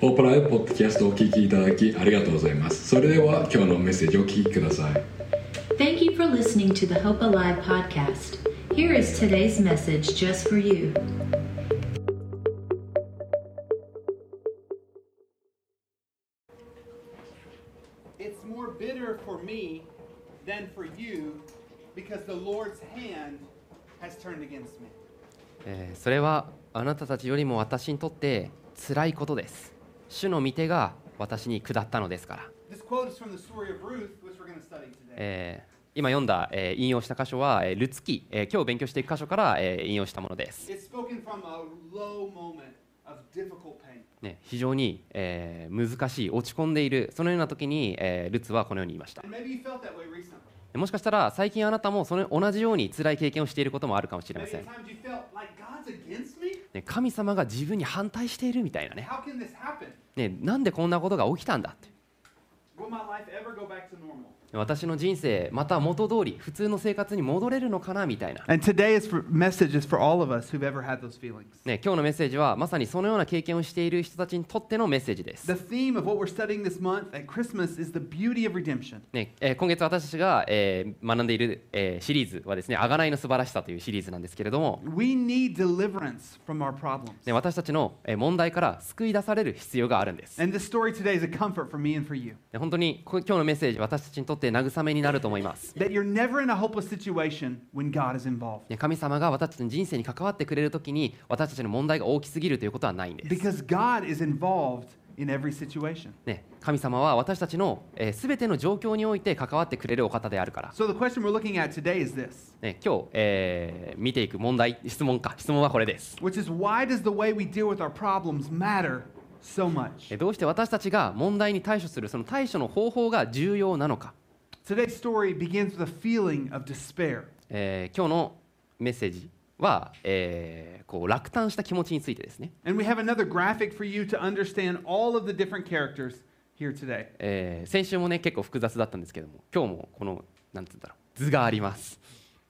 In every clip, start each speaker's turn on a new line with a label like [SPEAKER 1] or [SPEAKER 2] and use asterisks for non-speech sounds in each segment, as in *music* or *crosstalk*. [SPEAKER 1] ポープライブポッドキャストをお聞きいただきありがとうございますそれでは今日のメッセージをお聞きください
[SPEAKER 2] Thank you for listening to the Hope Alive podcast. Here is today's message just for you.
[SPEAKER 3] it's more bitter for me than for you because the Lord's hand has turned against me.
[SPEAKER 4] えーそれはあなたたちよりも私にとって辛いことです主の御手が私に下ったのですから、
[SPEAKER 3] This quote is from the story of Ruth, which we're going to study today.
[SPEAKER 4] えー今読んだ、えー引用した箇所は、えールツキ、えー今日勉強していく箇所から、えー引用したものです、
[SPEAKER 3] It's spoken from a low moment of difficult pain.
[SPEAKER 4] ね、非常に、えー難しい落ち込んでいるそのような時に、えールツはこのように言いました
[SPEAKER 3] And maybe you felt that way recently.
[SPEAKER 4] もしかしたら最近あなたもその同じように辛い経験をしていることもあるかもしれま
[SPEAKER 3] Maybe
[SPEAKER 4] せん、
[SPEAKER 3] at times you felt like God's against me?
[SPEAKER 4] ね、神様が自分に反対しているみたいなね
[SPEAKER 3] How can this happen?
[SPEAKER 4] ねなんでこんなことが起きたんだって
[SPEAKER 3] Will my life ever go back to normal?
[SPEAKER 4] 私の人生また元通り普通の生活に戻れるのかなみたいな、
[SPEAKER 3] And today's message is for all of us who've ever had those feelings.
[SPEAKER 4] ね、今日のメッセージはまさにそのような経験をしている人たちにとってのメッセージです、
[SPEAKER 3] The theme of what we're studying this month at Christmas is the beauty of redemption.
[SPEAKER 4] ねえー今月私たちが、えー学んでいる、えーシリーズはですね「あがないの素晴らしさ」というシリーズなんですけれども、
[SPEAKER 3] We need deliverance from our problems.
[SPEAKER 4] ね、私たちのえー問題から救い出される必要があるんです、
[SPEAKER 3] And this story today is a comfort for me and for you.
[SPEAKER 4] ね本当にこ今日のメッセージ私たちにとって慰めになると思います、
[SPEAKER 3] That you're never in a hopeless situation when God is involved.
[SPEAKER 4] ね、神様が私たちの人生に関わってくれる時に私たちの問題が大きすぎるということはないんです
[SPEAKER 3] Because God is involved in every situation.
[SPEAKER 4] ね、神様は私たちのすべ、全ての状況において関わってくれるお方であるから、
[SPEAKER 3] So the question we're looking at today is this,
[SPEAKER 4] ね、今日、えー見ていく問題質問か質問はこれです、
[SPEAKER 3] which is why does the way we deal with our problems matter so much?
[SPEAKER 4] えどうして私たちが問題に対処するその対処の方法が重要なのか、
[SPEAKER 3] Today's story begins with a feeling of despair.
[SPEAKER 4] えー今日のメッセージは、えーこう落胆した気持ちについてですね、
[SPEAKER 3] And we have another graphic for you to understand all of the different characters here today.
[SPEAKER 4] えー先週もね結構複雑だったんですけども今日もこのなんて言うんだろう図があります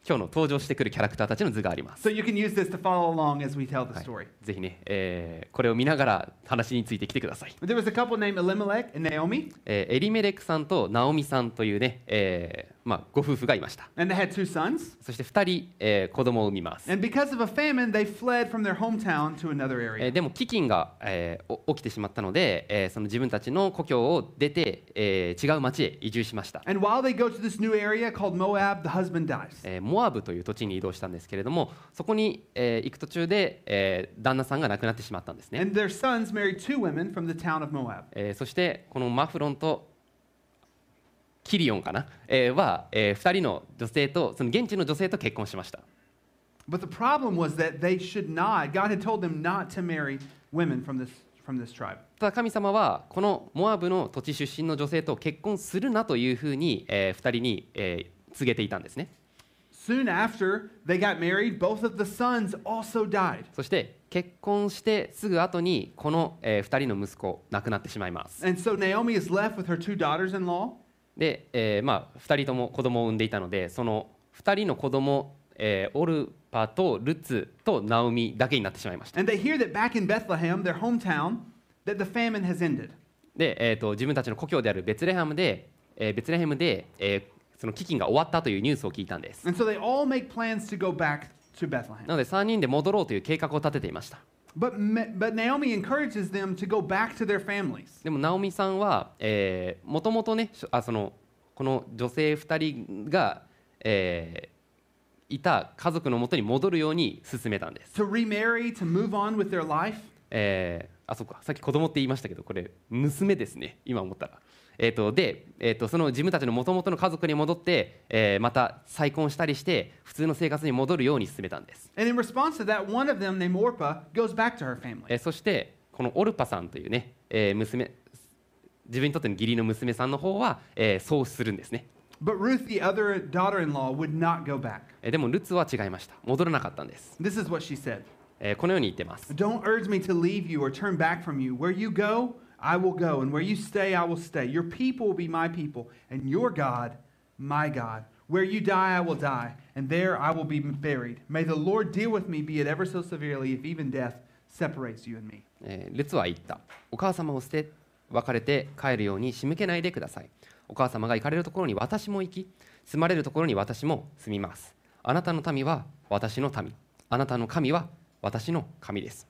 [SPEAKER 4] 今日の登場してくるキャラクターたちの図があります
[SPEAKER 3] So you can use this to follow along as we tell the
[SPEAKER 4] は
[SPEAKER 3] story.
[SPEAKER 4] い、ぜひね、えーこれを見ながら話についてきてください
[SPEAKER 3] There was a couple named Elimelech and Naomi,
[SPEAKER 4] えーエリメレクさんとナオミさんというね、えーまあ、ご夫婦がいました
[SPEAKER 3] and they had two sons.
[SPEAKER 4] そして2人、えー子供を産みます、
[SPEAKER 3] And because of a famine, they fled from their hometown to another
[SPEAKER 4] えー
[SPEAKER 3] area.
[SPEAKER 4] でも飢饉が、えーお起きてしまったので、えーその自分たちの故郷を出て、えー違う町へ移住しました、
[SPEAKER 3] And while they go to this new area called Moab, the husband dies.
[SPEAKER 4] えーモアブという土地に移動したんですけれどもそこに、えー行く途中で、えー旦那さんが亡くなってしまったんですね、
[SPEAKER 3] And their sons married two women from the town of Moab.
[SPEAKER 4] えーそしてこのマフロンとキリオンかな、えーは、え2人の女性とその現地の女性と結婚しました
[SPEAKER 3] But the problem was that they should not, God had told them not to marry women from this, from this tribe.
[SPEAKER 4] ただ神様はこのモアブの土地出身の女性と結婚するなというふうに、え2人に、えー告げていたんですね
[SPEAKER 3] Soon after they got married, both of the sons also died.
[SPEAKER 4] そして結婚してすぐ後にこの、え2人の息子亡くなってしまいます
[SPEAKER 3] And so Naomi is left with her two daughters in law.
[SPEAKER 4] で、えーまあ、2人とも子供を産んでいたのでその2人の子供、えーオルパとルツとナオミだけになってしまいました
[SPEAKER 3] And they hear that back in Bethlehem, their hometown, that the famine has ended.
[SPEAKER 4] で、えー、と自分たちの故郷であるベツレハムで、えーベツレヘムで、えーその飢饉が終わったというニュースを聞いたんです
[SPEAKER 3] And so they all make plans to go back to Bethlehem.
[SPEAKER 4] なので3人で戻ろうという計画を立てていました
[SPEAKER 3] But, Ma- but Naomi encourages them to go back to their families.
[SPEAKER 4] でもナオミさんはもともとねしょあそのこの女性2人が、えーいた家族のもとに戻るように勧めたんです、
[SPEAKER 3] To remarry, to move on with their life.
[SPEAKER 4] えーあそっかさっき子供って言いましたけどこれ娘ですね今思ったら、えー、とで、えー、とその自分たちのもともとの家族に戻って、えーまた再婚したりして普通の生活に戻るように勧めたんです、
[SPEAKER 3] And in response to that, one of them, named Orpah, goes back to her family.
[SPEAKER 4] えーそしてこのオルパさんというね、えー娘自分にとっての義理の娘さんの方は、えーそうするんですね
[SPEAKER 3] But Ruth, the other daughter in law, would not go back.
[SPEAKER 4] えーでもルツは違いました戻らなかったんです、
[SPEAKER 3] This is what she said
[SPEAKER 4] えーこのように言ってます、
[SPEAKER 3] Don't urge me to leave you or turn back from you. Where you go, I will go, and where you stay, I will stay. Your people will be my people, and your God, my God. Where you die, I will die, and there I will be buried. May the Lord deal with me, be it ever so severely, if even death separates you and me.
[SPEAKER 4] えールツは言ったお母様を捨て別れて帰るように仕向けないでくださいお母様が行かれるところに私も行き住まれるところに私も住みますあなたの民は私の民あなたの神は私の神です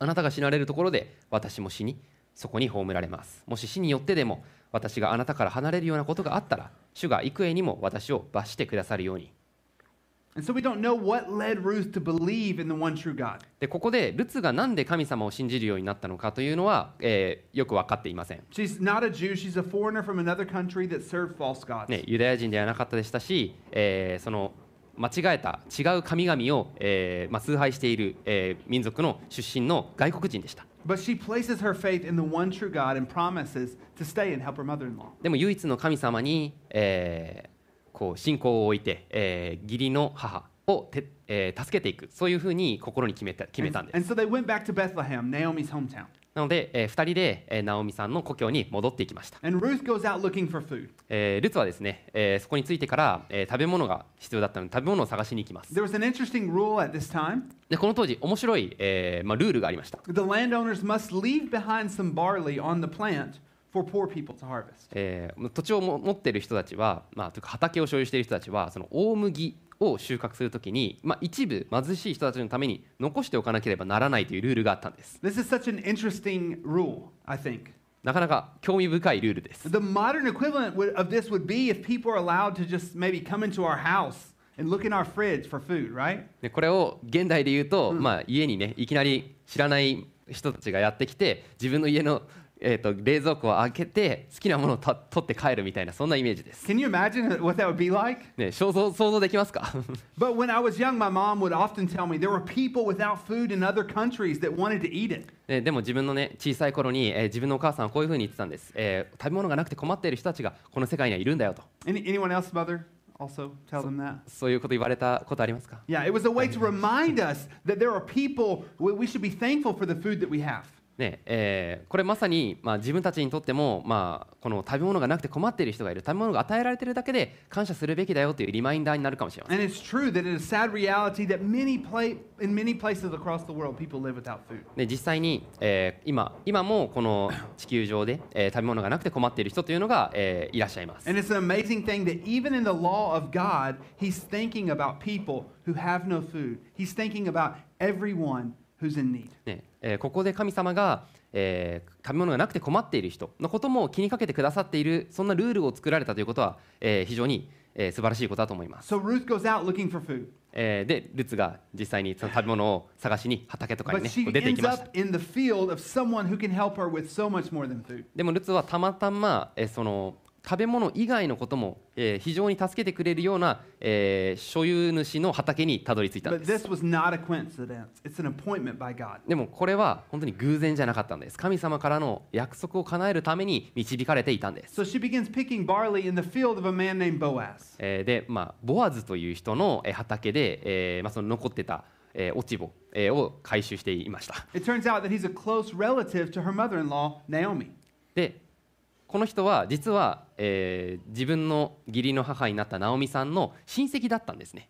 [SPEAKER 4] あなたが死なれるところで私も死にそこに葬られますもし死によってでも私があなたから離れるようなことがあったら主が幾重にも私を罰してくださるように
[SPEAKER 3] And so we don't know what led Ruth to believe in the one true God.
[SPEAKER 4] でここでルツがなんで神様を信じるようになったのかというのは、えーよく分かっていません、
[SPEAKER 3] She's not a Jew, she's a foreigner from another country that served false gods.
[SPEAKER 4] ね、ユダヤ人ではなかったでしたし、えーその間違えた違う神々を、えーまあ、崇拝している、えー民族の出身の外国人でした
[SPEAKER 3] But she places her faith in the one true God and promises to stay and help her mother in law.
[SPEAKER 4] でも唯一の神様に、えーこう信仰を置いて、えー義理の母をて、えー助けていくそういうふうに心に決めた決めたん
[SPEAKER 3] And,
[SPEAKER 4] です
[SPEAKER 3] and so they went back to Bethlehem, Naomi's hometown.
[SPEAKER 4] なので、え2人で、えー、ナオミさんの故郷に戻っていきました、
[SPEAKER 3] And Ruth goes out looking for food.
[SPEAKER 4] えールツはですね、えーそこに着いてから、えー食べ物が必要だったので食べ物を探しに行きます
[SPEAKER 3] There was an interesting rule at this time
[SPEAKER 4] でこの当時面白い、えーまあ、ルールがありました、
[SPEAKER 3] the landowners must leave behind some barley on the plant for poor people to harvest.
[SPEAKER 4] えー土地をも持っている人たちは、まあ、というか畑を所有している人たちはその大麦を収穫するときに、まあ、一部貧しい人たちのために残しておかなければならないというルールがあったんです
[SPEAKER 3] This is such an interesting rule, I think.
[SPEAKER 4] なかなか興味深いルールです、
[SPEAKER 3] The modern equivalent would- of this would be if people are allowed to just maybe come into our house and look in our fridge for food, right?
[SPEAKER 4] でこれを現代で言うと、まあ、家にねいきなり知らない人たちがやってきて自分の家の、えー、と冷蔵庫を開けて好きなものをた取って帰るみたいなそんなイメージです、
[SPEAKER 3] Can you imagine *laughs* what that would be like?
[SPEAKER 4] ね、想像想像できますか *laughs*
[SPEAKER 3] But when I was young, my mom would often tell me there were people without food in other countries that wanted to eat it.
[SPEAKER 4] えーでも自分のね小さい頃に、えー自分のお母さんはこういうふうに言ってたんです、えー食べ物がなくて困っている人たちがこの世界にはいるんだよと
[SPEAKER 3] Any, anyone else, mother, also tell them that?
[SPEAKER 4] そういうこと言われたことありますか
[SPEAKER 3] Yeah, it was a way to remind us that there are people, we we should be thankful for the food that we have.
[SPEAKER 4] ねえーこれまさに、まあ、自分たちにとっても、まあ、この食べ物がなくて困っている人がいる食べ物が与えられているだけで感謝するべきだよというリマインダーになるかもしれません
[SPEAKER 3] And it's true that it is a sad reality that many pla in many places across the world, people live without food.
[SPEAKER 4] で実際に、えー今今もこの地球上で、えー食べ物がなくて困っている人というのが、えーいらっしゃいます
[SPEAKER 3] And it's an amazing thing that even in the law of God, he's thinking about people who have no food. He's thinking about everyone who's in need.
[SPEAKER 4] ねえーここで神様が、えー食べ物がなくて困っている人のことも気にかけてくださっているそんなルールを作られたということは、えー非常に、えー素晴らしいことだと思います、
[SPEAKER 3] So Ruth goes out looking for food,
[SPEAKER 4] えーでルツが実際に
[SPEAKER 3] *laughs*
[SPEAKER 4] その食べ物を探しに畑とかに、
[SPEAKER 3] but
[SPEAKER 4] ね、
[SPEAKER 3] she
[SPEAKER 4] こう出てき
[SPEAKER 3] ends
[SPEAKER 4] ました
[SPEAKER 3] up in the field of someone who can help her with so much more than food.
[SPEAKER 4] でもルツはたまたま、えーその食べ物以外のことも、えー非常に助けてくれるような、えー所有主の畑にたどり着いたん
[SPEAKER 3] But
[SPEAKER 4] です
[SPEAKER 3] this was not a coincidence. It's an appointment by God.
[SPEAKER 4] でもこれは本当に偶然じゃなかったんです神様からの約束を叶えるために導かれていたんです
[SPEAKER 3] So she begins picking barley in the field of a man named Boaz.
[SPEAKER 4] えーで、まあ、ボアズという人のえー畑で、えーまあ、その残ってた、えー落ち穂、えーを回収していました
[SPEAKER 3] It turns out that he's a close relative to her mother in law, Naomi.
[SPEAKER 4] でこの人は実は、えー自分の義理の母になったナオミさんの親戚だったんですね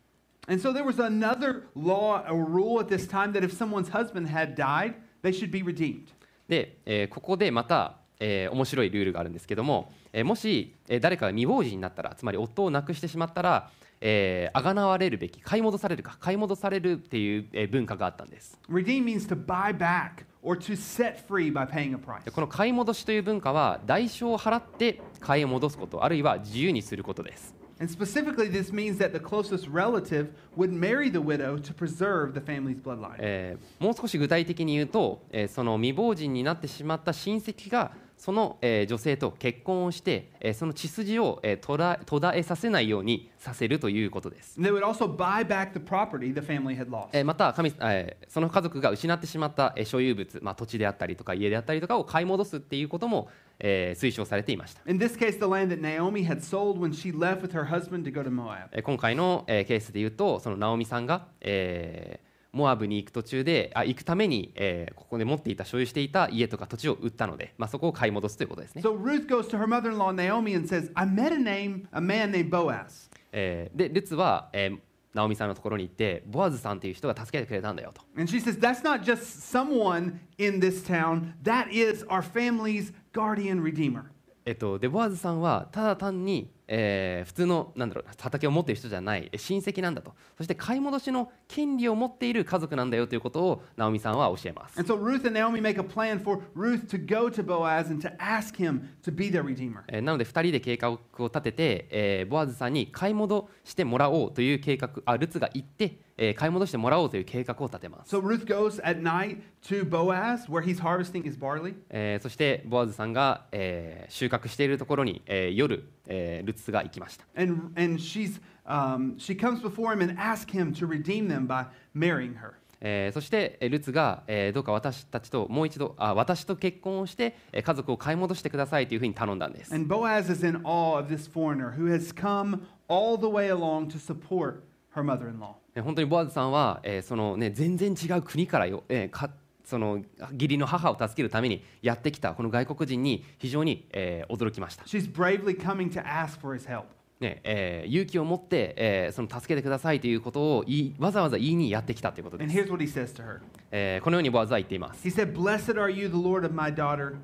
[SPEAKER 3] And so there was another law or rule at this time that if someone's husband had died, they should be redeemed.
[SPEAKER 4] で、えーここでまた、えー面白いルールがあるんですけども、えーもし、えー誰かが未亡人になったらつまり夫を亡くしてしまったらえーあがなわれるべき買い戻されるか買い戻されるっていう、えー文化があったんです
[SPEAKER 3] Redeem means to buy back or to set free by paying a price.
[SPEAKER 4] でこの買い戻しという文化は代償を払って買い戻すことあるいは自由にすることです、
[SPEAKER 3] And specifically, this means that the closest relative would marry the widow to preserve the family's bloodline.
[SPEAKER 4] えーもう少し具体的に言うと、えーその未亡人になってしまった親戚がその、えー女性と結婚をして、えーその血筋を、えー途絶え途絶えさせないようにさせるということです、
[SPEAKER 3] And they would also buy back the property the family had lost.
[SPEAKER 4] えーまた神、えーその家族が失ってしまった、えー所有物、まあ、土地であったりとか家であったりとかを買い戻すっていうことも、えー推奨されていました
[SPEAKER 3] In this case, the land that Naomi had sold when she left with her husband to go to Moab.
[SPEAKER 4] えー今回の、えーケースで言うとそのナオミさんが、えーモアブに行く途中であ行くために、えーここで持っていた所有していた家とか土地を売ったので、まあ、そこを買い戻すということですね、
[SPEAKER 3] So Ruth goes to her mother in law, Naomi, and says, I met a, name, a man named Boaz.
[SPEAKER 4] えーでルツは、えーナオミさんのところに行ってボアズさんっていう人が助けてくれたんだよと
[SPEAKER 3] And she says, That's not just someone in this town, that is our family's guardian redeemer.
[SPEAKER 4] えっと、デボアズさんはただ単に、えー普通のなんだろう畑を持っている人じゃないえ親戚なんだとそして買い戻しの権利を持っている家族なんだよということをナオミさんは教えます
[SPEAKER 3] And so Ruth and Naomi make a plan for Ruth to go to Boaz and to ask him to be their redeemer.
[SPEAKER 4] えーなので2人で計画を立てて、えーボアズさんに買い戻してもらおうという計画あルツが行って、えー買い戻してもらおうという計画を立てます、
[SPEAKER 3] So Ruth goes at night to Boaz, where he's harvesting his barley.
[SPEAKER 4] えーそしてボアズさんが、えー収穫しているところに、えー夜、えールツが行きました
[SPEAKER 3] And, and she's, um, she comes before him and asks him to redeem them by marrying her.
[SPEAKER 4] えーそしてえールツが、えーどうか私たちともう一度あ私と結婚をしてえー家族を買い戻してくださいというふうに頼んだんです、
[SPEAKER 3] And Boaz is in awe of this foreigner who has come all the way along to support her mother in law.
[SPEAKER 4] えー本当にボアズさんは、えーそのね、全然違う国からよ、えーかその義理の母を助けるためにやってきたこの外国人に非常に、えー驚きました、
[SPEAKER 3] She's bravely coming to ask for his help.
[SPEAKER 4] ねえー勇気を持って、えーその助けてくださいということを言いわざわざ言いにやってきたということで
[SPEAKER 3] And
[SPEAKER 4] す、
[SPEAKER 3] here's what he says to her
[SPEAKER 4] えーこのようにボアズは言っています
[SPEAKER 3] He said, Blessed are you, the Lord of my daughter,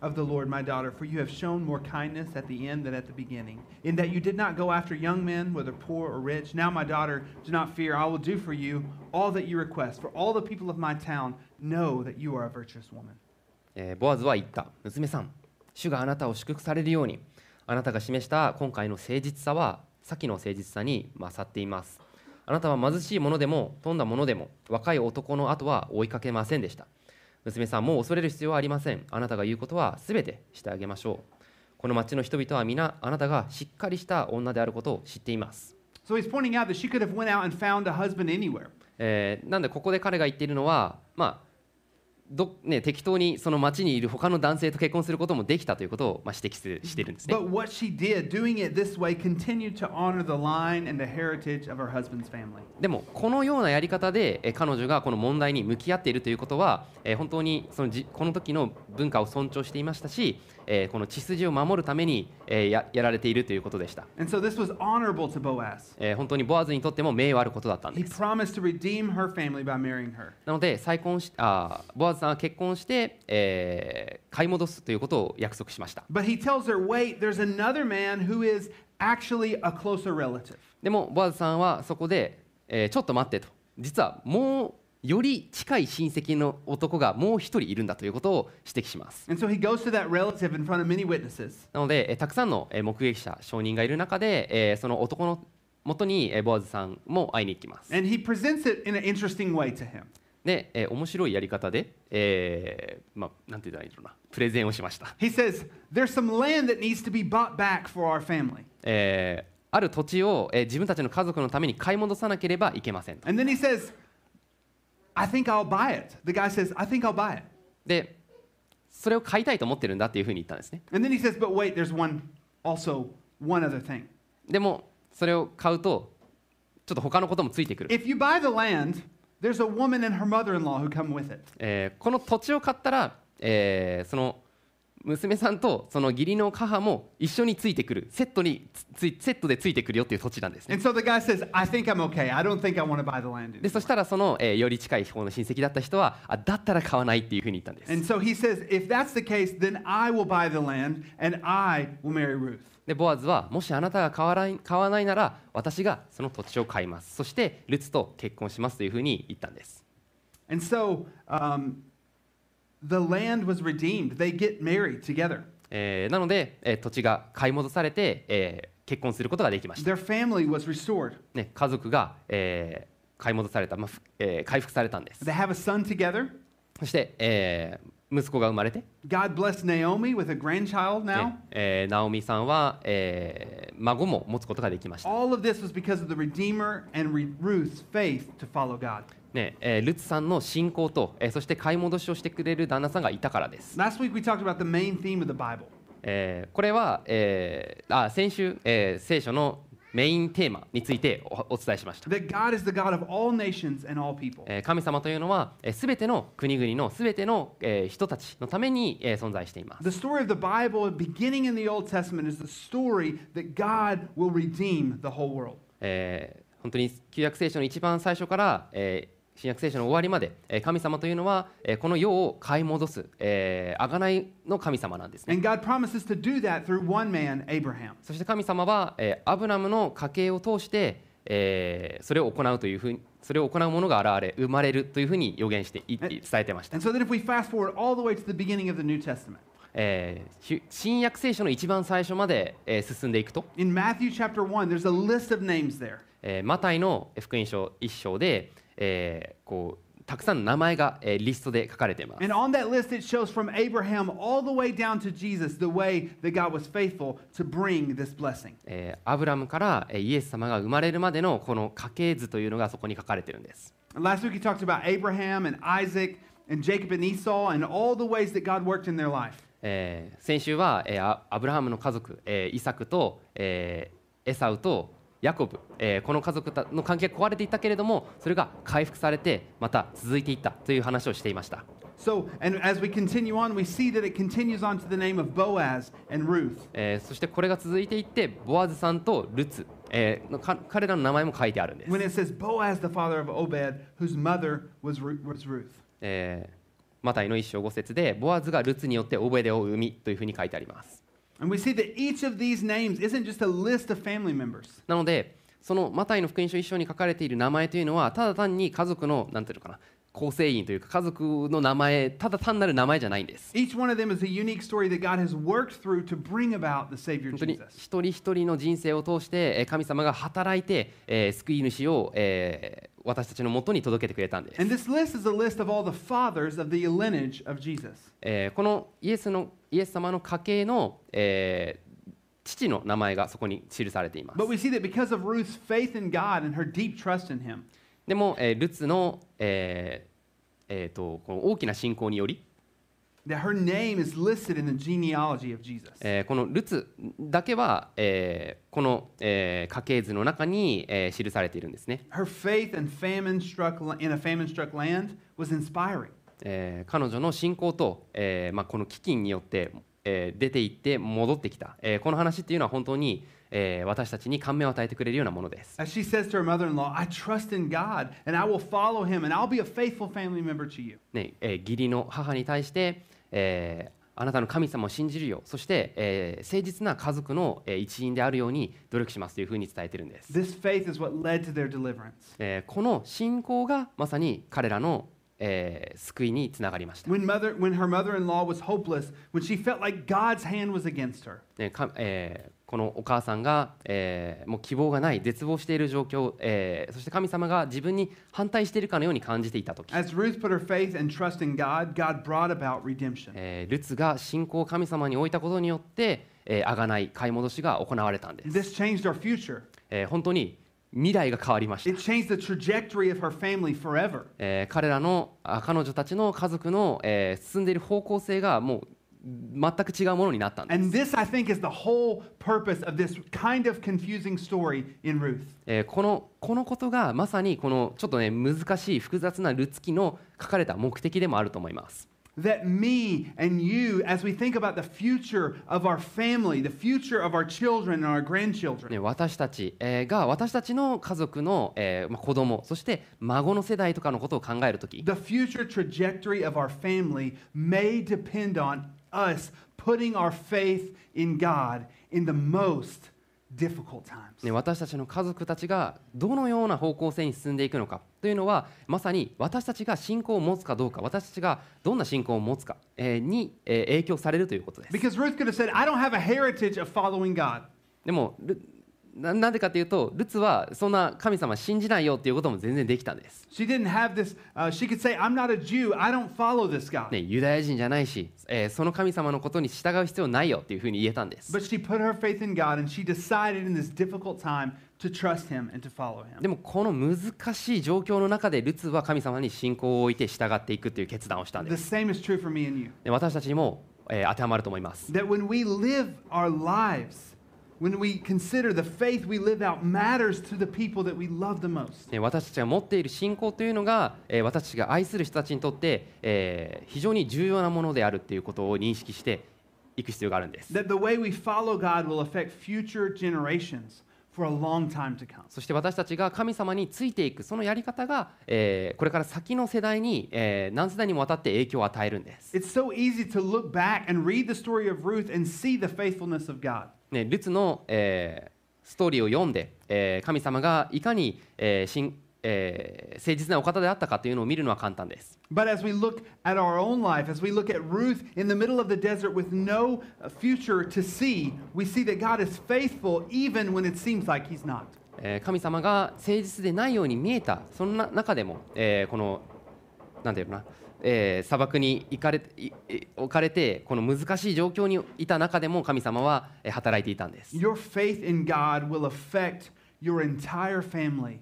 [SPEAKER 3] of the Lord my daughter, for you have shown more kindness at the end than at the beginning, in that you did not go after young men, whether poor or rich. Now, my daughter, do not fear. I will do for you all that you request. For all the people of my town know that you are a virtuous woman.
[SPEAKER 4] えーボアズは言った娘さん主があなたを祝福されるようにあなたが示した今回の誠実さは先の誠実さに勝っていますあなたは貧しいものでも富んだものでも若い男の後は追いかけませんでした娘さんもう恐れる必要はありませんあなたが言うことは全てしてあげましょうこの町の人々は皆あなたがしっかりした女であることを知っています、
[SPEAKER 3] So he's pointing out that she could have went out and found a husband anywhere.
[SPEAKER 4] えーなんでここで彼が言っているのはまあどね、適当にその町にいる他の男性と結婚することもできたということを、まあ、指摘するしているんですね。
[SPEAKER 3] But what she did, doing it this way, continued to honor the line and the heritage of her husband's family.
[SPEAKER 4] でもこのようなやり方でえー彼女がこの問題に向き合っているということはえー本当にそのじこの時の文化を尊重していましたしえーこの血筋を守るためにえーややられているということでした、
[SPEAKER 3] And so this was honorable to Boaz.
[SPEAKER 4] えー本当にボアズにとっても名誉あることだったん
[SPEAKER 3] He
[SPEAKER 4] です
[SPEAKER 3] promised to redeem her family by marrying her.
[SPEAKER 4] なので再婚しあーボアズさんは結婚してえー買い戻すということを約束しました
[SPEAKER 3] But he tells her, wait, there's another man who is actually a closer relative.
[SPEAKER 4] でもボアズさんはそこで、えーちょっと待ってと実はもうより近い親戚の男がもう一人いるんだということを指摘します
[SPEAKER 3] And so he goes to that relative in front of many witnesses.
[SPEAKER 4] なので、えーたくさんのえー目撃者、証人がいる中で、えーその男の元に、えーボアズさんも会いに行きます。
[SPEAKER 3] And he presents it in an interesting way to him.
[SPEAKER 4] で、えー面白いやり方で、えーまあ、なんて言ったらいいのかな、プレゼンをしました。
[SPEAKER 3] He says, there's some land that needs to be bought back for our family.
[SPEAKER 4] えーある土地を、えー自分たちの家族のために買い戻さなければいけませんと。
[SPEAKER 3] And then he says, I think I'll buy it. The guy says, I think I'll buy it.
[SPEAKER 4] で、それを買いたいと思ってるんだっていうふうに言ったんですね。
[SPEAKER 3] And then he says, but wait, there's one, also one other thing.
[SPEAKER 4] でも、それを買うと、ちょっと他のこともついてくる。
[SPEAKER 3] If you buy the land, there's a woman and her mother in law who come with it.
[SPEAKER 4] えーこの土地を買ったら、えーその娘さんとその義理の母も一緒についてくるセットにつついセットでついてくるよっていう土地なんですね
[SPEAKER 3] And so the guy says, I think I'm okay. I don't think I want to buy the land.
[SPEAKER 4] で
[SPEAKER 3] Anymore.
[SPEAKER 4] そしたらその、えーより近い方の親戚だった人はあだったら買わないっていうふうに言ったんです
[SPEAKER 3] And so he says, if that's the case, then I will buy the land and I will marry Ruth.
[SPEAKER 4] でボアズはもしあなたが買わない買わないなら私がその土地を買いますそしてルツと結婚しますというふうに言ったんです
[SPEAKER 3] And so um, the land was redeemed. They get married together.
[SPEAKER 4] えーなので、えー土地が買い戻されて、えー結婚することができました
[SPEAKER 3] Their family was restored.
[SPEAKER 4] ね、家族が、えー買い戻された、まあふえー回復されたんです
[SPEAKER 3] They have a son together.
[SPEAKER 4] そして、えー息子が生まれて、ね
[SPEAKER 3] God bless Naomi with a grandchild now.
[SPEAKER 4] えーナオミさんは、えー孫も持つことができました、
[SPEAKER 3] All of this was because of the Redeemer and Re- Ruth's faith to follow God.
[SPEAKER 4] ねえールツさんの信仰と、えーそして買い戻しをしてくれる旦那さんがいたからです、
[SPEAKER 3] Last week we talked about the main theme of the Bible.
[SPEAKER 4] えーこれは、えーあ先週、えー聖書のメインテーマについておお伝えしました、
[SPEAKER 3] that God is the God of all nations and all people.
[SPEAKER 4] えー神様というのはすべ、全ての国々のすべての、えー人たちのために、えー存在しています
[SPEAKER 3] The story of the Bible, beginning in the Old Testament, is the story that God will redeem the whole world.
[SPEAKER 4] えー本当に旧約聖書の一番最初から、えー新約聖書の終わりまで、えー神様というのは、えーこの世を買い戻す、えー、贖いの神様なんですね。
[SPEAKER 3] And God promises to do that through one man, Abraham.
[SPEAKER 4] そして神様は、えーアブラムの家系を通して、えーそれを行うというふうにそれを行うものが現れ生まれるというふうに予言してい伝えてました、
[SPEAKER 3] And so then if we fast forward all the way to the beginning of the New Testament,
[SPEAKER 4] えーし新約聖書の一番最初まで、えー進んでいくと、
[SPEAKER 3] in Matthew chapter 1, there's a list of names there.
[SPEAKER 4] えーマタイの福音書一章で、えーこうたくさんの名前が、えーリストで書かれています
[SPEAKER 3] And on that list, it shows from Abraham all the way down to Jesus the way that God was faithful to bring this blessing.
[SPEAKER 4] えーアブラムからえーイエス様が生まれるまでのこの家系図というのがそこに書かれてるんです。
[SPEAKER 3] And last week, he talked about Abraham and Isaac and Jacob and Esau and all the ways that God worked in their life.
[SPEAKER 4] えー先週は、えーアアブラハムの家族、えーイサクと、えーエサウとヤコブ、えーこの家族たの関係が壊れていったけれどもそれが回復されてまた続いていったという話をしていました。
[SPEAKER 3] So, and as we continue on, we see that it continues on to the name of Boaz and Ruth.
[SPEAKER 4] えーそしてこれが続いていってボアズさんとルツ、えーのか彼らの名前も書いてあるんです
[SPEAKER 3] When。it says Boaz, the father of Obed, whose mother was, Ru- was Ruth.
[SPEAKER 4] えーマタイの一章五節でボアズがルツによってオベデを生みというふうに書いてあります。
[SPEAKER 3] And we see that each of these names isn't just a list of family members.
[SPEAKER 4] なのでそのマタイの福音書一章に書かれている名前というのはただ単に家族のなんていうのかな構成員というか家族の名前ただ単なる名前じゃないんです
[SPEAKER 3] Each one of them is a unique story that God has worked through to bring about the Savior
[SPEAKER 4] 本当に
[SPEAKER 3] Jesus.
[SPEAKER 4] 一人一人の人生を通してえー神様が働いて、えー救い主を、えー私たちのもとに届けてくれたんです
[SPEAKER 3] And this list is a list of all the fathers of the lineage of Jesus.
[SPEAKER 4] えーこのイエスのイエス様の家系の、えー父の名前がそこに記されています
[SPEAKER 3] But we see that because of Ruth's faith in God and her deep trust in Him,
[SPEAKER 4] でも、えールツの,、えーえーとこの大きな信仰により
[SPEAKER 3] that her name is listed in the genealogy of Jesus.
[SPEAKER 4] えーこのルツだけは、えーこの、えー家系図の中に、えー記されているんですね、
[SPEAKER 3] Her faith in famine struck in a famine struck land was inspiring.
[SPEAKER 4] えー彼女の信仰と、えーまあ、この飢饉によって、えー出て行って戻ってきた、えーこの話っていうのは本当に、えー私たちに感銘を与えてくれるようなものです、
[SPEAKER 3] As she says to her mother-in-law, "I trust in God and I will follow Him and I'll be a faithful family member to you."
[SPEAKER 4] ねえー義理の母に対して、えーあなたの神様を信じるよそして、えー誠実な家族の、えー一員であるように努力しますというふうに伝えてるんです、
[SPEAKER 3] This faith is what led to their deliverance.
[SPEAKER 4] えーこの信仰がまさに彼らの、えー救いにつながりました
[SPEAKER 3] When, mother, when her mother in law was hopeless, when she felt like God's hand was against her,
[SPEAKER 4] ねかえーこのお母さんが、えーもう希望がない絶望している状況、えーそして神様が自分に反対しているかのように感じていた時、
[SPEAKER 3] as Ruth put her faith and trust in God, God brought about redemption.
[SPEAKER 4] えールツが信仰を神様に置いたことによって、えー、贖い買い戻しが行われたんです、
[SPEAKER 3] This changed our future.
[SPEAKER 4] えー本当に未来が変わりました
[SPEAKER 3] It、changed the trajectory of her family forever.
[SPEAKER 4] えー彼らのあ彼女たちの家族の、えー進んでいる方向性がもう全く違うものになったんです
[SPEAKER 3] And this, I think, is the whole purpose of this kind of confusing story in Ruth.
[SPEAKER 4] えーこのこのことがまさにこのちょっとね難しい複雑なルツ記の書かれた目的でもあると思います、
[SPEAKER 3] That me and you, as we think about the future of our family, the future of our children and our grandchildren,
[SPEAKER 4] ね、私たち、えーが私たちの家族の、えーまあ、子供そして孫の世代とかのことを考えるとき、
[SPEAKER 3] The future trajectory of our family may depend on us putting our faith in God in the most difficult times.
[SPEAKER 4] ね、私たちの家族たちがどのような方向性に進んでいくのかというのはまさに私たちが信仰を持つかどうか私たちがどんな信仰を持つか、えーに、えー影響されるということです
[SPEAKER 3] Because Ruth could have said, I don't have a heritage of following God.
[SPEAKER 4] でもルななんでかというとルツはそんな神様信じないよっていうことも全然できたんです
[SPEAKER 3] She didn't have this, uh, she could say, I'm not a Jew. I don't follow this God.
[SPEAKER 4] ね、ユダヤ人じゃないし、えーその神様のことに従う必要ないよっていうふうに言えたんです。
[SPEAKER 3] But she put her faith in God and she decided in this difficult time to trust Him and to follow Him.
[SPEAKER 4] でもこの難しい状況の中でルツは神様に信仰を置いて従っていくという決断をしたんで
[SPEAKER 3] The
[SPEAKER 4] す。
[SPEAKER 3] same is true for me and you.
[SPEAKER 4] で私たちにも、えー当てはまると思います。
[SPEAKER 3] that when we live our lives, when we consider the faith we live out matters to the people that we love the most.
[SPEAKER 4] ね私たちが持っている信仰というのが、えー私たちが愛する人たちにとって、えー非常に重要なものであるということを認識していく必要があるんです。
[SPEAKER 3] That the way we follow God will affect future generations for a long time to come.
[SPEAKER 4] そして私たちが神様についていくそのやり方が、えーこれから先の世代に、えー何世代にもわたって影響を与えるんです、
[SPEAKER 3] It's so easy to look back and read the story of Ruth and see the faithfulness of God.
[SPEAKER 4] ね、ルツの、えーストーリーを読んで、えー神様がいかに、えー信えー誠実なお方であったかというのを見るのは簡単です、
[SPEAKER 3] But as we look at our own life, as we look at Ruth in the middle of the desert with no uh, future to see, we see that God is faithful even when it seems like He's not.
[SPEAKER 4] えー神様が誠実でないように見えたそんな中でも、えーこのなんていうのかな、えー砂漠に行かれいい置かれてこの難しい状況にいた中でも神様はえー働いていたんです。
[SPEAKER 3] Your faith in God will affect your entire family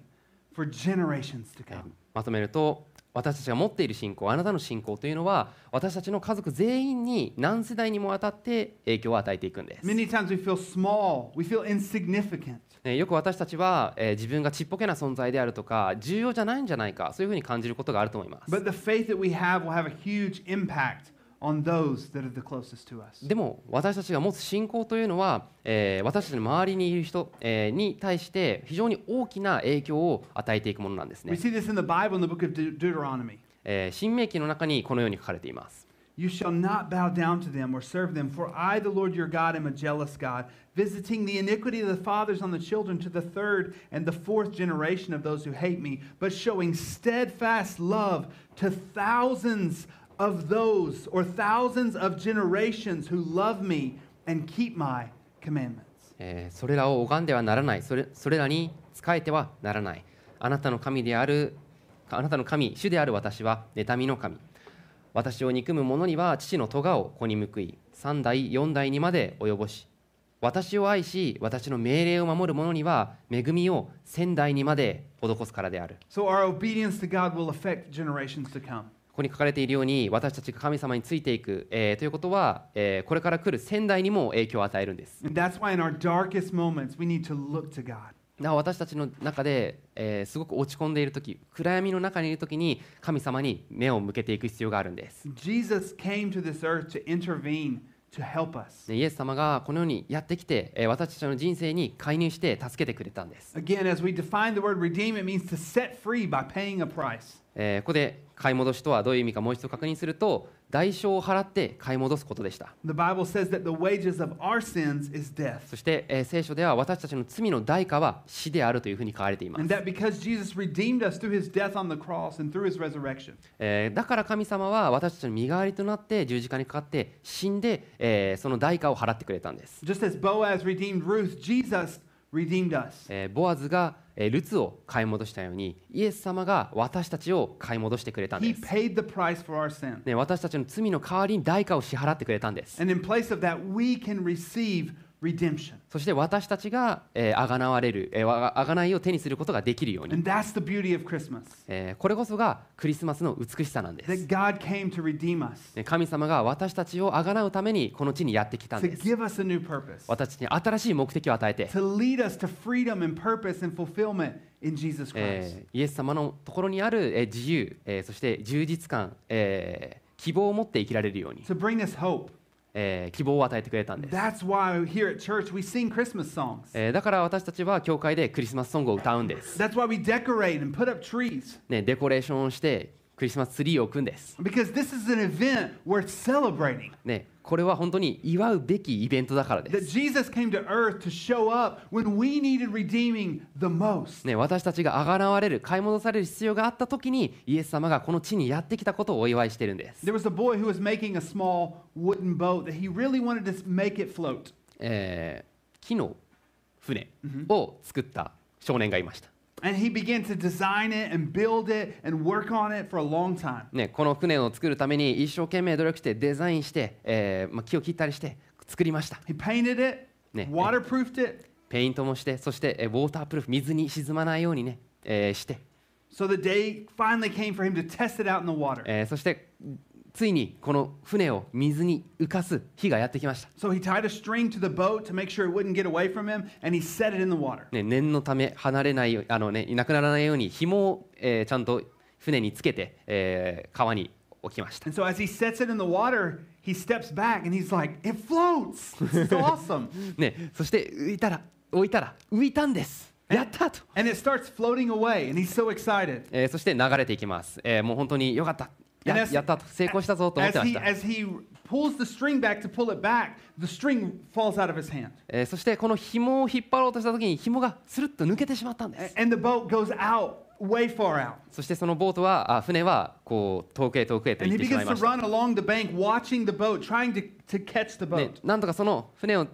[SPEAKER 3] for generations to
[SPEAKER 4] えー
[SPEAKER 3] come.
[SPEAKER 4] まとめると私たちが持っている信仰あなたの信仰というのは私たちの家族全員に何世代にもわたって影響を与えていくんです。
[SPEAKER 3] Many times we feel small, we feel insignificant.
[SPEAKER 4] ねよく私たちは、えー自分がちっぽけな存在であるとか重要じゃないんじゃないかそういうふうに感じることがあると思います。
[SPEAKER 3] But the faith that we have will have a huge impact on those that are the closest to us.
[SPEAKER 4] でも私たちが持つ信仰というのは、えー私たちの周りにいる人、えーに対して非常に大きな影響を与えていくものなんですね
[SPEAKER 3] We。see this in the Bible in the book of De- Deuteronomy.
[SPEAKER 4] えー、新明記の中にこのように書かれています。
[SPEAKER 3] You shall not bow down to them or serve them, for I, the Lord your God, am a jealous God, visiting the iniquity of the fathers on the children to the third and the fourth generation of those who hate me, but showing steadfast love to thousands of those or thousands of generations who love me and keep my commandments.
[SPEAKER 4] えーそれらを拝んではならないそれそれらに仕えてはならないあなたの神であるあなたの神主である私は妬みの神私を憎む者には父の咎を子に報い3代4代にまで及ぼし私を愛し私の命令を守る者には恵みを仙代にまで施すからである
[SPEAKER 3] So our obedience to God will affect generations to come.
[SPEAKER 4] ここに書かれているように私たちが神様についていく、えーということは、えーこれから来る仙代にも影響を与えるんです
[SPEAKER 3] And that's why in our darkest moments, we need to look to God.
[SPEAKER 4] だから私たちの中で、えーすごく落ち込んでいる時暗闇の中にいる時に神様に目を向けていく必要があるんです、
[SPEAKER 3] Jesus came to this earth to intervene, to help us.
[SPEAKER 4] でイエス様がこのようにやってきて、えー私たちの人生に介入して助けてくれたんです、
[SPEAKER 3] Again, as we define the word redeem, it means to set free by paying a price.
[SPEAKER 4] えーここで買い戻しとはどういう意味かもう一度確認すると代償を払って買い戻すことでした
[SPEAKER 3] The Bible says that the wages of our sins is
[SPEAKER 4] そ
[SPEAKER 3] death.
[SPEAKER 4] して、えー聖書では私たちの罪の代価は死であるというふうに書かれています
[SPEAKER 3] And that because Jesus redeemed us through his death on the cross and through his resurrection,
[SPEAKER 4] えーだから神様は私たちの身代わりとなって十字架にかかって死んで、えーその代価を払ってくれたんです、
[SPEAKER 3] just as Boaz redeemed Ruth, Jesus redeemed us.
[SPEAKER 4] えーボアズが、えールツを買い戻したようにイエス様が私たちを買い戻してくれたん
[SPEAKER 3] He
[SPEAKER 4] です、
[SPEAKER 3] paid the price for our sin.
[SPEAKER 4] ね、私たちの罪の代わりに代価を支払ってくれたんです、
[SPEAKER 3] And in place of that, we can receive redemption.
[SPEAKER 4] そして私たちが、えー、贖われる、えーわ贖いを手にすることができるように、
[SPEAKER 3] And that's the beauty of Christmas
[SPEAKER 4] えーこれこそがクリスマスの美しさなんです、
[SPEAKER 3] that God came to redeem us,
[SPEAKER 4] ね神様が私たちを贖うためにこの地にやってきたん
[SPEAKER 3] to
[SPEAKER 4] です
[SPEAKER 3] give us a new purpose.
[SPEAKER 4] 私たちに新しい目的を与えて
[SPEAKER 3] to lead us to freedom and purpose and fulfillment in Jesus
[SPEAKER 4] Eh.
[SPEAKER 3] Christ.
[SPEAKER 4] えーイエス様のところにある、えー自由、えーそして充実感、えー希望を持って生きられるように、
[SPEAKER 3] to bring us hope.
[SPEAKER 4] えー希望を与えてくれたんです、
[SPEAKER 3] That's why here at church we sing Christmas songs.
[SPEAKER 4] えーだから私たちは教会でクリスマスソングを歌うんです、
[SPEAKER 3] That's why we decorate and put up trees.
[SPEAKER 4] ね、デコレーションをしてクリスマスツリーを置くんです、
[SPEAKER 3] Because this is an event worth celebrating.
[SPEAKER 4] ね、これは本当に祝うべきイベントだからで
[SPEAKER 3] That
[SPEAKER 4] す、
[SPEAKER 3] Jesus came to earth to show up when we needed redeeming the most.
[SPEAKER 4] ね、私たちが贖われる買い戻される必要があった時にイエス様がこの地にやってきたことをお祝いしてるんです、
[SPEAKER 3] There was a boy who was making a small wooden boat that he really wanted to make it float.
[SPEAKER 4] えー木の船を作った少年がいました
[SPEAKER 3] And he began to design it and build it and work on it for a long time.
[SPEAKER 4] ね、この船を作るために一生懸命努力してデザインして、えーまあ、木を切ったりして作りました
[SPEAKER 3] He painted it,
[SPEAKER 4] Ne-
[SPEAKER 3] waterproofed it,
[SPEAKER 4] ペイントもしてそして、えーウォータープルーフ水に沈まないようにね、えーして、
[SPEAKER 3] So the day finally came for him to test it out in the water.
[SPEAKER 4] えーそしてついにこの船を水に浮かす日がやってきました、
[SPEAKER 3] So he tied a string to the boat to make sure it wouldn't get away from him, and he set it in the water.
[SPEAKER 4] ね、念のため離れないようあの、ね、いなくならないように紐を、えーちゃんと船につけて、えー川に置きました、
[SPEAKER 3] And so as he sets it in the water, he steps back and he's like, It floats! This is awesome.
[SPEAKER 4] ね、そして浮いたら置いたら浮いたんですやったと、
[SPEAKER 3] And it starts floating away, and he's so excited.
[SPEAKER 4] えーそして流れていきます、えーもう本当によかったや
[SPEAKER 3] And as-
[SPEAKER 4] やったと成功したぞと思
[SPEAKER 3] As
[SPEAKER 4] ってまし
[SPEAKER 3] he,
[SPEAKER 4] た、
[SPEAKER 3] as he pulls the string back to pull it back, the string falls out of his hand.
[SPEAKER 4] えーそしてこの紐を引っ張ろうとした時に紐がスルッと抜けてしまったんです
[SPEAKER 3] And the boat goes out, way far out.
[SPEAKER 4] そしてそのボートはあ船はこう遠くへ遠くへと
[SPEAKER 3] And
[SPEAKER 4] 行っ
[SPEAKER 3] he
[SPEAKER 4] てしまい
[SPEAKER 3] begins to
[SPEAKER 4] ました
[SPEAKER 3] run along the bank, watching the boat, trying to, to catch the
[SPEAKER 4] で
[SPEAKER 3] boat.
[SPEAKER 4] なんとかその船を、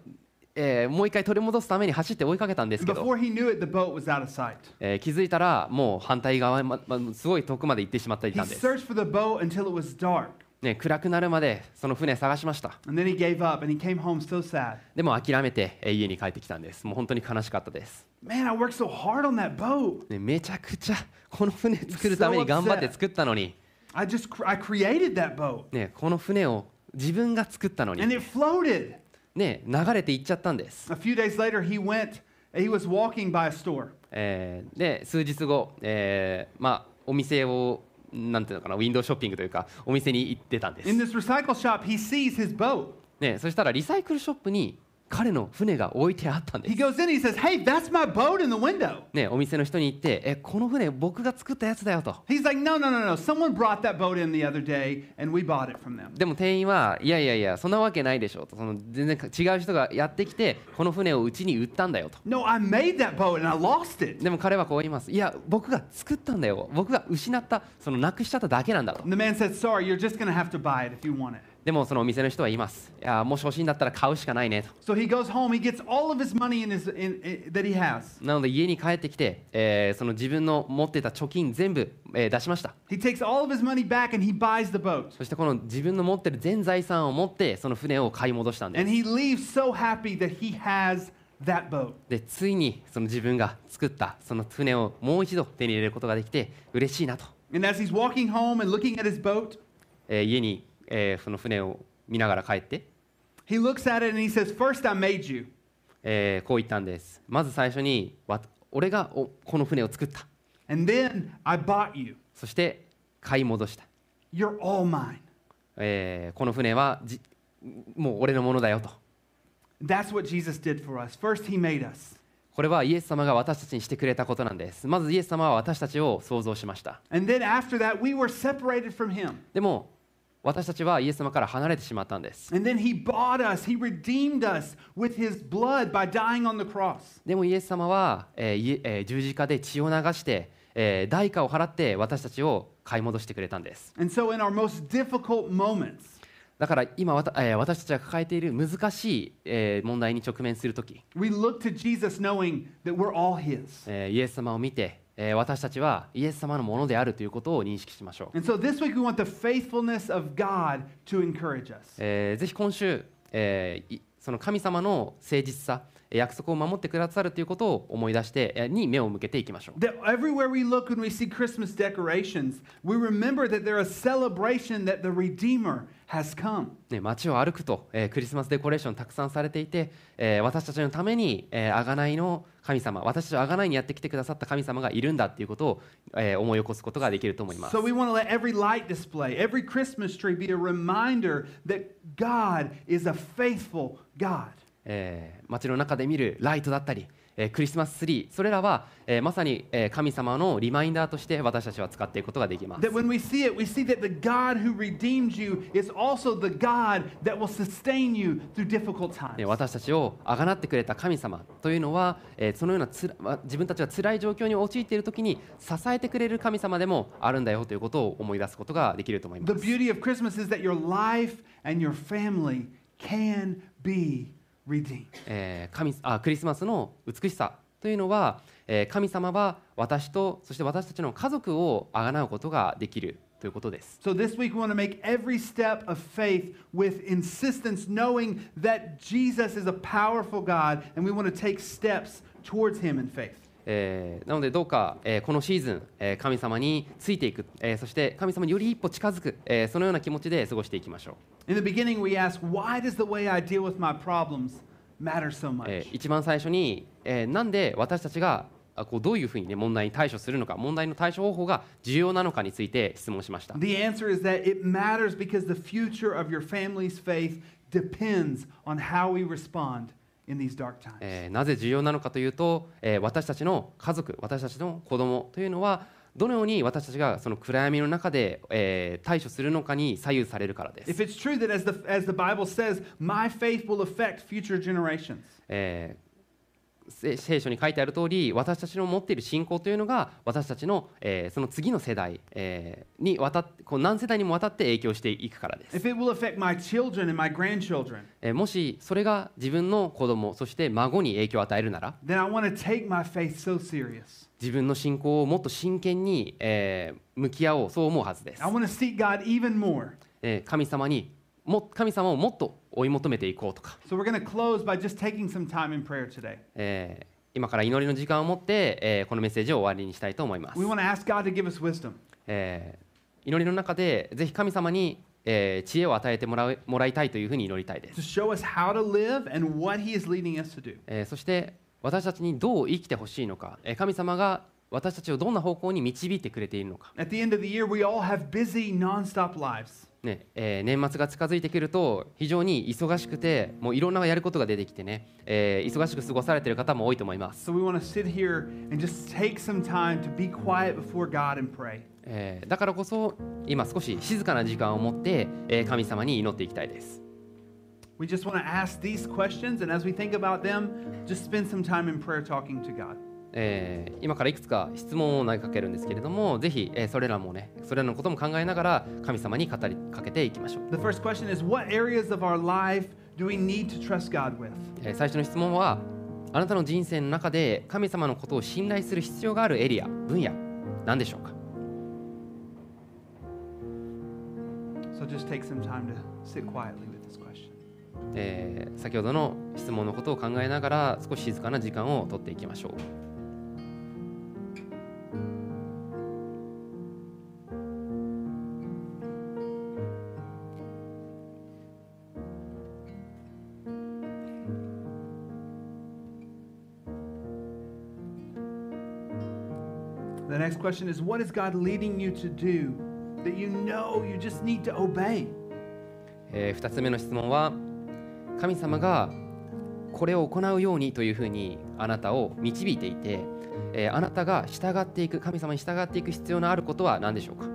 [SPEAKER 4] えーもう一回取り戻すために走って追いかけたんです
[SPEAKER 3] And
[SPEAKER 4] けど
[SPEAKER 3] before he knew it, the boat was out of sight.
[SPEAKER 4] えー気づいたらもう反対側ま、ま、すごい遠くまで行ってしまってい
[SPEAKER 3] He
[SPEAKER 4] たんです、
[SPEAKER 3] searched for the boat until it was dark.
[SPEAKER 4] ね、暗くなるまでその船探しました
[SPEAKER 3] And then he gave up and he came home so sad.
[SPEAKER 4] でも諦めて、えー家に帰ってきたんですもう本当に悲しかったです、
[SPEAKER 3] Man, I worked so hard on that boat.
[SPEAKER 4] ね、めちゃくちゃこの船作るために頑張って作ったのに、
[SPEAKER 3] I just cr- I created that boat
[SPEAKER 4] ね、この船を自分が作ったの
[SPEAKER 3] and
[SPEAKER 4] に、
[SPEAKER 3] it floated.
[SPEAKER 4] ね、流れていっちゃったんです、
[SPEAKER 3] A few days later, he went. He was walking by a store,
[SPEAKER 4] えーで数日後、えーまあ、お店をなんていうのかなウィンドウショッピングというかお店に行ってたんです
[SPEAKER 3] In this recycle shop, he sees his boat.
[SPEAKER 4] ね、そしたらリサイクルショップに彼の船が置いてあったんで
[SPEAKER 3] He
[SPEAKER 4] す、
[SPEAKER 3] goes in, he says, Hey, that's my boat in the window.
[SPEAKER 4] ね、お店の人に行って「えこの船僕が作ったやつだよ」と
[SPEAKER 3] He's like, No, no, no, no. Someone brought that boat in the other day and we bought it from them.
[SPEAKER 4] でも店員はいやいやいやそんなわけないでしょとその全然違う人がやってきてこの船をうちに売ったんだよと
[SPEAKER 3] No, I made that boat and I lost it.
[SPEAKER 4] でも彼はこう言いますいや僕が作ったんだよ僕が失ったそのなくしちゃっただけなんだと
[SPEAKER 3] And the man said, Sorry, you're just going to have to buy it if you want it.
[SPEAKER 4] でもそのお店の人は言いますいやもし欲しいんだったら買うしかないねと
[SPEAKER 3] So he goes home, he gets all of his money in his, in, in- that he has.
[SPEAKER 4] なので家に帰ってきて、えーその自分の持ってた貯金全部、えー出しました
[SPEAKER 3] He takes all of his money back and he buys the boat.
[SPEAKER 4] そしてこの自分の持ってる全財産を持ってその船を買い戻したんです
[SPEAKER 3] And he leaves so happy that he has that boat.
[SPEAKER 4] でついにその自分が作ったその船をもう一度手に入れることができて嬉しいなと、
[SPEAKER 3] And as he's walking home and looking at his boat,
[SPEAKER 4] えー家に、えーその船を見ながら帰って、
[SPEAKER 3] he looks at it and he says, First, I made you.
[SPEAKER 4] えーこう言ったんですまず最初にわ俺がおこの船を作った
[SPEAKER 3] And then I bought you.
[SPEAKER 4] そして買い戻した、
[SPEAKER 3] You're all mine.
[SPEAKER 4] えーこの船はじもう俺のものだよと
[SPEAKER 3] That's what Jesus did for us. First, he made us.
[SPEAKER 4] これはイエス様が私たちにしてくれたことなんですまずイエス様は私たちを創造しました
[SPEAKER 3] And then after that, we were separated from him.
[SPEAKER 4] でも私たちはイエス様から離れてしまったんです
[SPEAKER 3] And then he bought us. He redeemed us with his blood by dying on the cross.
[SPEAKER 4] でもイエス様は、えーいええー十字架で血を流して、えー代価を払って私たちを買い戻してくれたんです
[SPEAKER 3] And so, in our most difficult moments,
[SPEAKER 4] だから今わた、えー私たちが抱えている難しい、えー問題に直面する時、
[SPEAKER 3] we look to Jesus knowing that we're all his.
[SPEAKER 4] えーイエス様を見て、えー私たちはイエス様のものであるということを認識しましょう、
[SPEAKER 3] And so, this week, we want the faithfulness of God to encourage us.
[SPEAKER 4] えーぜひ今週、えーいその神様の誠実さえー約束を守ってくださるということを思い出してえーに目を向けていきましょう
[SPEAKER 3] That everywhere we look when we see Christmas decorations, we remember that they're a celebration that the Redeemer has come.
[SPEAKER 4] ね、街を歩くと、えークリスマスデコレーションたくさんされていて、えー私たちのために、えー、贖いの神様私たちを贖いにやってきてくださった神様がいるんだっていうことを、えー思い起こすことができると思います
[SPEAKER 3] So we want to let every light display, every Christmas tree be a reminder that God is a faithful God.
[SPEAKER 4] えー街の中で見るライトだったり、えークリスマスツリーそれらは、えーまさに、えー神様のリマインダーとして私たちは使っていくことができます
[SPEAKER 3] That when we see it, we see that the God who redeemed you is also the God that will sustain you through difficult
[SPEAKER 4] ね
[SPEAKER 3] times.
[SPEAKER 4] 私たちをあがなってくれた神様というのは、えーそのようなつらわ自分たちが辛い状況に陥っている時に支えてくれる神様でもあるんだよということを思い出すことができると思いま
[SPEAKER 3] The
[SPEAKER 4] す。
[SPEAKER 3] beauty of Christmas is that your life and your family can be redeemed.
[SPEAKER 4] えー神あクリスマスの美しさというのは、えー神様は私とそして私たちの家族をあがなうことができるということです。
[SPEAKER 3] So this week we want to make every step of faith with insistence, knowing that Jesus is a powerful God, and we want to take steps towards Him in faith.
[SPEAKER 4] えーなのでどうか、えーこのシーズン、えー神様についていく、えーそして神様により一歩近づく、えーそのような気持ちで過ごしていきましょう。
[SPEAKER 3] In the beginning, we ask, why does the way I deal with my problems matter so much?
[SPEAKER 4] えー一番最初に、えーなんで私たちがあこうどういうふうに、ね、問題に対処するのか問題の対処方法が重要なのかについて質問しました、
[SPEAKER 3] The answer is that it matters because the future of your family's faith depends on how we respond in these dark times.
[SPEAKER 4] えーなぜ重要なのかというと、えー私たちの家族私たちの子供というのはどのように私たちがその暗闇の中で、えー対処するのかに左右されるからです
[SPEAKER 3] If、it's true that, as the, as the Bible says, my faith will affect future generations,
[SPEAKER 4] えーせ聖書に書いてある通り私たちの持っている信仰というのが私たちの、えーその次の世代、えーにわたっこう何世代にもわたって影響していくからです
[SPEAKER 3] if it will affect my children and my grandchildren,
[SPEAKER 4] えーもしそれが自分の子供そして孫に影響を与えるなら
[SPEAKER 3] then I want to take my faith so serious.
[SPEAKER 4] 自分の信仰をもっと真剣に、えー向き合おうそう思うはずです
[SPEAKER 3] I、want to seek God even more.
[SPEAKER 4] えー神様にも神様をもっと追い求めていこうとか、
[SPEAKER 3] So we're going to close by just taking some time in prayer today.
[SPEAKER 4] えー今から祈りの時間を持って、えーこのメッセージを終わりにしたいと思います
[SPEAKER 3] We、want to ask God to give us wisdom.
[SPEAKER 4] えー祈りの中でぜひ神様に、えー知恵を与えてもらうもらいたいというふうに祈りたいで
[SPEAKER 3] to
[SPEAKER 4] す、
[SPEAKER 3] show us how to live and what he is leading us to do.
[SPEAKER 4] えーそして私たちにどう生きてほしいのか、えー神様が私たちをどんな方向に導いてくれているのか
[SPEAKER 3] At the end of the year, we all have busy, nonstop lives.
[SPEAKER 4] ねえー年末が近づいてくると非常に忙しくてもういろんなやることが出てきてね、えー忙しく過ごされている方も多いと思います、
[SPEAKER 3] So we want to sit here and just take some time to be quiet before God and pray.
[SPEAKER 4] えーだからこそ今少し静かな時間を持って、えー神様に祈っていきたいです、
[SPEAKER 3] We just want to ask these questions, and as we think about them, just spend some time in prayer talking to God.
[SPEAKER 4] えー今からいくつか質問を投げかけるんですけれどもぜひ、えーそれらもねそれらのことも考えながら神様に語りかけていきましょう、
[SPEAKER 3] The first question is What areas of our life do we need to trust God with?
[SPEAKER 4] えー最初の質問はあなたの人生の中で神様のことを信頼する必要があるエリア分野何でしょうか
[SPEAKER 3] So just take some time to sit quietly with this question.
[SPEAKER 4] えー先ほどの質問のことを考えながら少し静かな時間をとっていきましょう。
[SPEAKER 3] The next question is What is God leading you to do that you know you just need to obey?
[SPEAKER 4] え2つ目の質問は神様がこれを行うようにというふうにあなたを導いていて、えーあなたが従っていく神様に従っていく必要のあることは何でしょうか、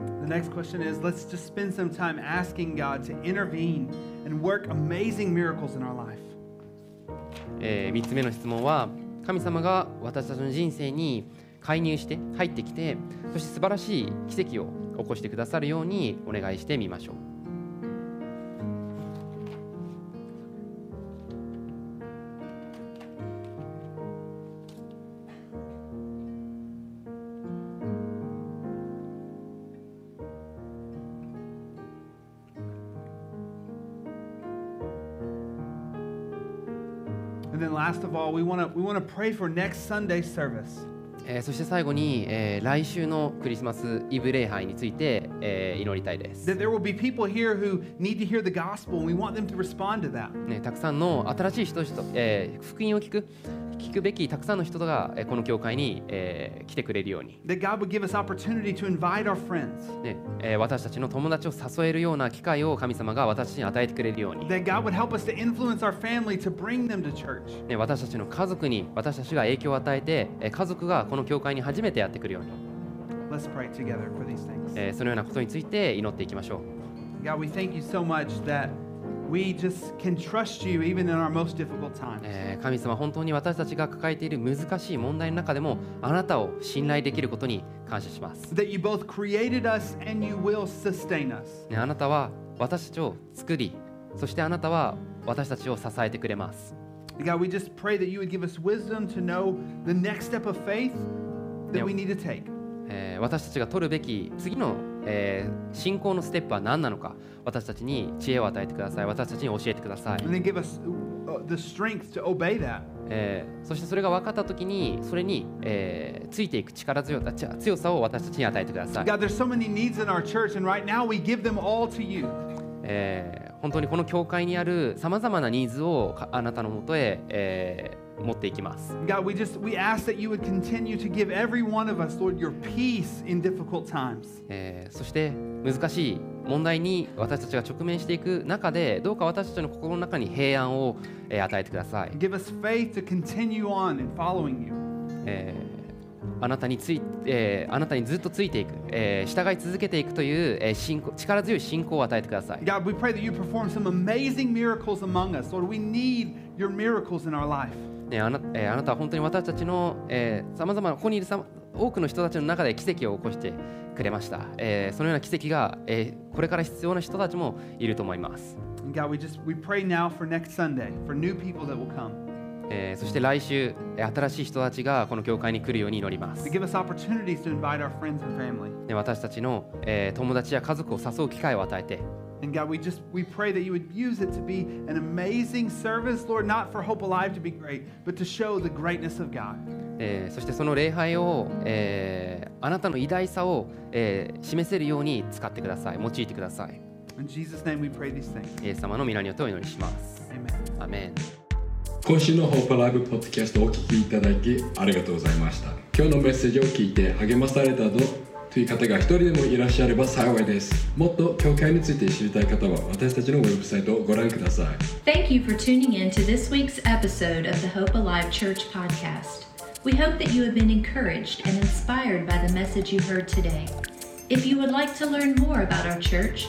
[SPEAKER 3] The next question is let's just spend some time asking God to intervene and work amazing miracles in our life.
[SPEAKER 4] え3つ目の質問は神様が私たちの人生に介入して入ってきてそして素晴らしい奇跡を起こしてくださるようにお願いしてみましょう。
[SPEAKER 3] And then last of all, we want to we want to pray for next Sunday service.
[SPEAKER 4] えーそして最後に、えー来週のクリスマスイブ礼拝について、えー祈りたいです、
[SPEAKER 3] That there will be people here who need to hear the gospel and we want them to respond to that.
[SPEAKER 4] ね、たくさんの新しい人々、えー福音を聞く聞くべきたくさんの人が、えーこの教会に、えー来てくれるように、
[SPEAKER 3] That God would give us opportunity to invite our friends.
[SPEAKER 4] ねえー私たちの友達を誘えるような機会を神様が私たちに与えてくれるように、
[SPEAKER 3] That God would help us to influence our family to bring them to church.
[SPEAKER 4] ね、私たちの家族に私たちが影響を与えて、えー家族がこの教会に初めてやってくるように、
[SPEAKER 3] Let's pray together for these things.
[SPEAKER 4] えーそのようなことについて祈っていきましょう
[SPEAKER 3] God, we thank you so much that we just can trust you even in our most difficult times.
[SPEAKER 4] えー神様本当に私たちが抱えている難しい問題の中でもあなたを信頼できることに感謝します、
[SPEAKER 3] that you both created us and you will sustain us.
[SPEAKER 4] ね、あなたは私たちを作りそしてあなたは私たちを支えてくれます、
[SPEAKER 3] God, we just pray that you would give us wisdom to know the next step of faith that
[SPEAKER 4] Yeah.
[SPEAKER 3] we need to take.
[SPEAKER 4] えー私たちが取るべき次のえー信仰のステップは何なのか私たちに知恵を与えてください私たちに教えてください
[SPEAKER 3] And then give us uh, the strength to obey that.
[SPEAKER 4] えーそしてそれが分かった時にそれに、えーついていく力強さち強さを私たちに与えてください、
[SPEAKER 3] God, there's so many needs in our church, and right now we give them all to you.
[SPEAKER 4] えー本当にこの教会にあるさまざまなニーズをかあなたのもとへ、えー持っていきます、
[SPEAKER 3] God, we just we ask that you would continue to give every one of us, Lord, your peace in difficult times.
[SPEAKER 4] えーそして難しい問題に私たちが直面していく中でどうか私たちの心の中に平安を、えー与えてください
[SPEAKER 3] And、give us faith to continue on in following you.
[SPEAKER 4] えーあなたについ、えーあなたにずっとついていく、えー従い続けていくという、えー信仰力強い信仰を与えてください
[SPEAKER 3] God, we pray that you perform some amazing miracles among us. Lord, we need your miracles in our life.
[SPEAKER 4] ねあなえーあなたは本当に私たちのさまざまなここにいるさま多くの人たちの中で奇跡を起こしてくれました、えーそのような奇跡が、えーこれから必要な人たちもいると思います、
[SPEAKER 3] And God, we just we pray now for next Sunday, for new people that will come.
[SPEAKER 4] えーそして来週えー新しい人たちがこの教会に来るように祈ります
[SPEAKER 3] To、give us opportunities to invite our friends and family.
[SPEAKER 4] ね私たちの、えー友達や家族を誘う機会を与えて
[SPEAKER 3] And God, we just we pray that you would use it to be an amazing service, Lord, not for Hope Alive to be great, but to show the greatness of God.
[SPEAKER 4] えーそしてその礼拝を、えーあなたの偉大さを、えー示せるように使ってください用いてください
[SPEAKER 3] In Jesus' name we pray these things.
[SPEAKER 4] イエス様の皆によってお祈りします
[SPEAKER 3] Amen.
[SPEAKER 4] アメン
[SPEAKER 1] 今週のホープライブポッドキャストをお聞きいただきありがとうございました今日のメッセージを聞いて励まされたぞという方が一人でもいらっしゃれば幸いですもっと教会について知りたい方は私たちのウェブサイトをご覧ください
[SPEAKER 2] Thank you for tuning in to this week's episode of the Hope Alive Church podcast. We hope that you have been encouraged and inspired by the message you heard today. If you would like to learn more about our church,